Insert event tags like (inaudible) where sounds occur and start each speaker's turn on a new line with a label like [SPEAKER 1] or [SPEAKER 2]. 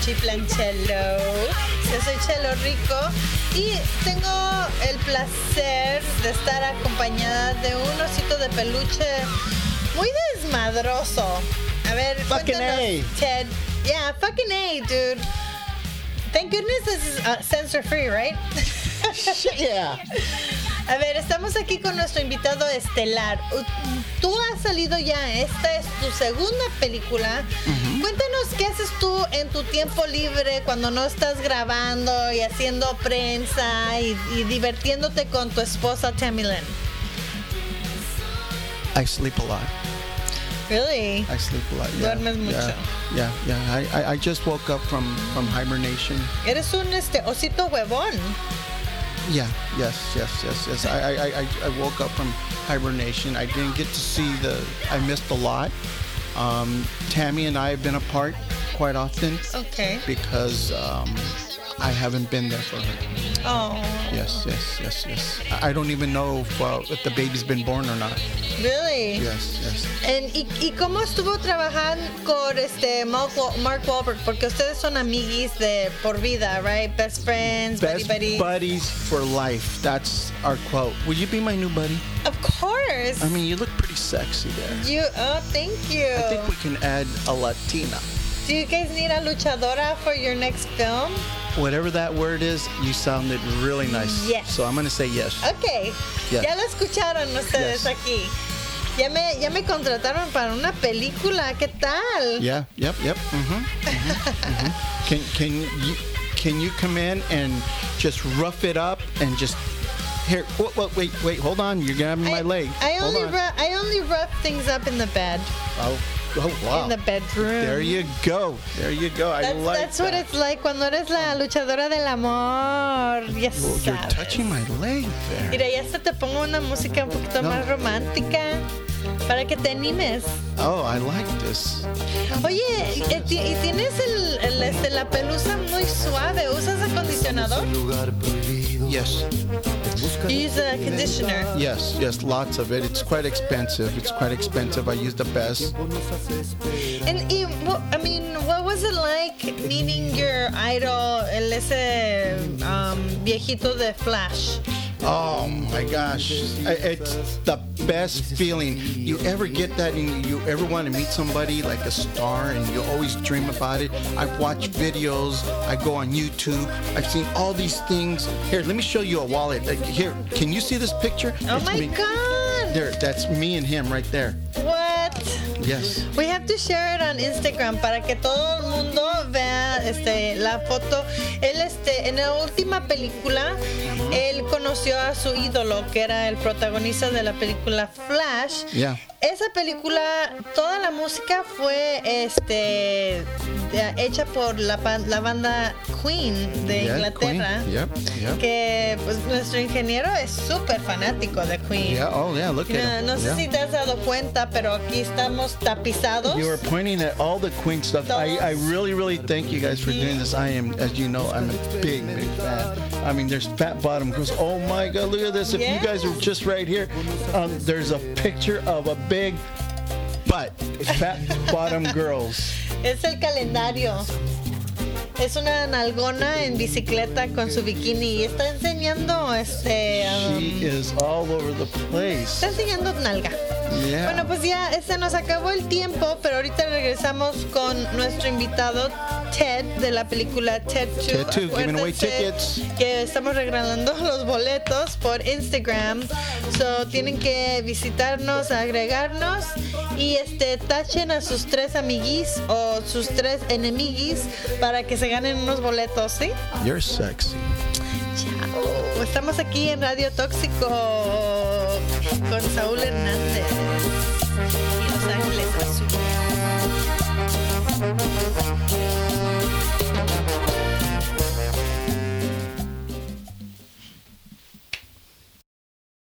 [SPEAKER 1] Chiplanchelo. Yo soy Chelo Rico y tengo el placer de estar acompañada de un osito de peluche muy desmadroso. A ver,
[SPEAKER 2] Fucking
[SPEAKER 1] cuéntanos,
[SPEAKER 2] A.
[SPEAKER 1] Ted. Yeah, fucking A, dude. Thank goodness this is uh, censor free, right?
[SPEAKER 2] Shit, (laughs) yeah.
[SPEAKER 1] A ver, estamos aquí con nuestro invitado estelar. U- Tú has salido ya, esta es tu segunda película. Cuéntanos qué haces tú en tu tiempo libre cuando no estás grabando y haciendo prensa y, y divirtiéndote con tu esposa Tammy Lynn.
[SPEAKER 3] I sleep a lot.
[SPEAKER 1] Really?
[SPEAKER 3] I sleep a lot. Yeah,
[SPEAKER 1] Duermes mucho.
[SPEAKER 3] Yeah, yeah. yeah. I, I, I just woke up from, from hibernation.
[SPEAKER 1] Eres un este osito huevón.
[SPEAKER 3] Yeah. Yes. Yes. Yes. Yes. I, I, I, I woke up from hibernation. I didn't get to see the. I missed a lot. Um, Tammy and I have been apart quite often
[SPEAKER 1] Okay.
[SPEAKER 3] because um, I haven't been there for her.
[SPEAKER 1] Oh.
[SPEAKER 3] Yes. Yes. Yes. Yes. I I don't even know if, uh, if the baby's been born or not.
[SPEAKER 1] Really?
[SPEAKER 3] Yes. Yes.
[SPEAKER 1] En- y, y cómo estuvo trabajar con este Mark, Wa- Mark Wahlberg? Porque ustedes son amiguis de por vida, right? Best friends,
[SPEAKER 3] Best
[SPEAKER 1] buddy buddy.
[SPEAKER 3] buddies for life. That's our quote. Will you be my new buddy?
[SPEAKER 1] of course.
[SPEAKER 3] I mean, you look pretty sexy there.
[SPEAKER 1] you, oh, thank you.
[SPEAKER 3] I think we can add a Latina.
[SPEAKER 1] Do you guys need a luchadora for your next film?
[SPEAKER 3] Whatever that word is, you sounded really nice.
[SPEAKER 1] Yes.
[SPEAKER 3] So I'm going to say yes.
[SPEAKER 1] Ok.
[SPEAKER 3] Yes.
[SPEAKER 1] Ya lo escucharon ustedes
[SPEAKER 3] Yes.
[SPEAKER 1] aquí. Ya me, ya me contrataron para una película. ¿Qué tal?
[SPEAKER 3] Yeah. Yep. Yep. Mm-hmm. Can can you can you come in and just rough it up and just here? Whoa, whoa, wait, wait. Hold on. You're grabbing my
[SPEAKER 1] I-
[SPEAKER 3] leg.
[SPEAKER 1] I
[SPEAKER 3] hold
[SPEAKER 1] only,
[SPEAKER 3] on.
[SPEAKER 1] ru- I only rub things up in the bed,
[SPEAKER 3] oh, oh, wow.
[SPEAKER 1] in the bedroom.
[SPEAKER 3] There you go. There you go. I
[SPEAKER 1] That's,
[SPEAKER 3] like
[SPEAKER 1] that's
[SPEAKER 3] that.
[SPEAKER 1] what it's like cuando eres la luchadora del amor. Ya
[SPEAKER 3] Well, you're
[SPEAKER 1] sabes.
[SPEAKER 3] touching my leg there.
[SPEAKER 1] Mira, ya hasta te pongo una música un poquito
[SPEAKER 3] No.
[SPEAKER 1] más romántica para que te animes.
[SPEAKER 3] Oh, I like this.
[SPEAKER 1] Oye, eh, ti- y tienes el, el, este, la pelusa muy suave. ¿Usas acondicionador?
[SPEAKER 3] Yes.
[SPEAKER 1] You use a conditioner.
[SPEAKER 3] Yes, yes, lots of it. It's quite expensive. It's quite expensive. I use the best.
[SPEAKER 1] And, y, wha- I mean, what was it like meeting your idol, el ese um, viejito de Flash?
[SPEAKER 3] Oh my gosh, I- it's the best feeling. You ever get that, and you ever want to meet somebody like a star, and you always dream about it? I've watched videos. I go on YouTube. I've seen all these things. Here, let me show you a wallet. Like, Here, can you see this picture?
[SPEAKER 1] Oh
[SPEAKER 3] It's
[SPEAKER 1] my
[SPEAKER 3] me.
[SPEAKER 1] God!
[SPEAKER 3] There, that's me and him right there.
[SPEAKER 1] What?
[SPEAKER 3] Yes.
[SPEAKER 1] We have to share it on Instagram para que todo el mundo vea este, la foto. Él este, en la última película, él conoció a su ídolo, que era el protagonista de la película Flash.
[SPEAKER 3] Yeah.
[SPEAKER 1] Esa película, toda la música fue este, de- hecha por la, pa- la banda Queen de
[SPEAKER 3] yeah, Queen.
[SPEAKER 1] Inglaterra.
[SPEAKER 3] Yep. Yep.
[SPEAKER 1] Que pues, nuestro ingeniero es súper fanático de Queen.
[SPEAKER 3] Yeah. Oh yeah. Look at
[SPEAKER 1] No,
[SPEAKER 3] him.
[SPEAKER 1] Ah, no sé
[SPEAKER 3] Yeah.
[SPEAKER 1] si te has dado cuenta, pero aquí estamos tapizados.
[SPEAKER 3] You are pointing at all the Queen stuff. I, I really, really thank you guys for doing this. I am, as you know, I'm a big, big fan. I mean, there's Fat Bottom goes, oh my God, look at this. If you guys are just right here, um, there's a picture of a big butt.
[SPEAKER 1] (laughs)
[SPEAKER 3] Fat Bottom Girls.
[SPEAKER 1] Es el calendario. Es una nalgona en bicicleta con su bikini y está enseñando este um,
[SPEAKER 3] She is all over the place.
[SPEAKER 1] está enseñando nalga. Bueno,
[SPEAKER 3] Yeah.
[SPEAKER 1] pues ya se nos acabó el tiempo, pero ahorita regresamos con nuestro invitado Ted de la película Ted 2.
[SPEAKER 3] Ted 2, giving away tickets.
[SPEAKER 1] Acuérdense Que estamos regalando (laughs) los boletos por Instagram. So tienen que visitarnos, agregarnos y este tachen a sus tres amiguis o sus tres enemiguis para que se ganen unos boletos, ¿sí?
[SPEAKER 3] You're sexy.
[SPEAKER 1] Chao. Estamos aquí en Radio Tóxico con Saúl Hernández y Los Ángeles Azules.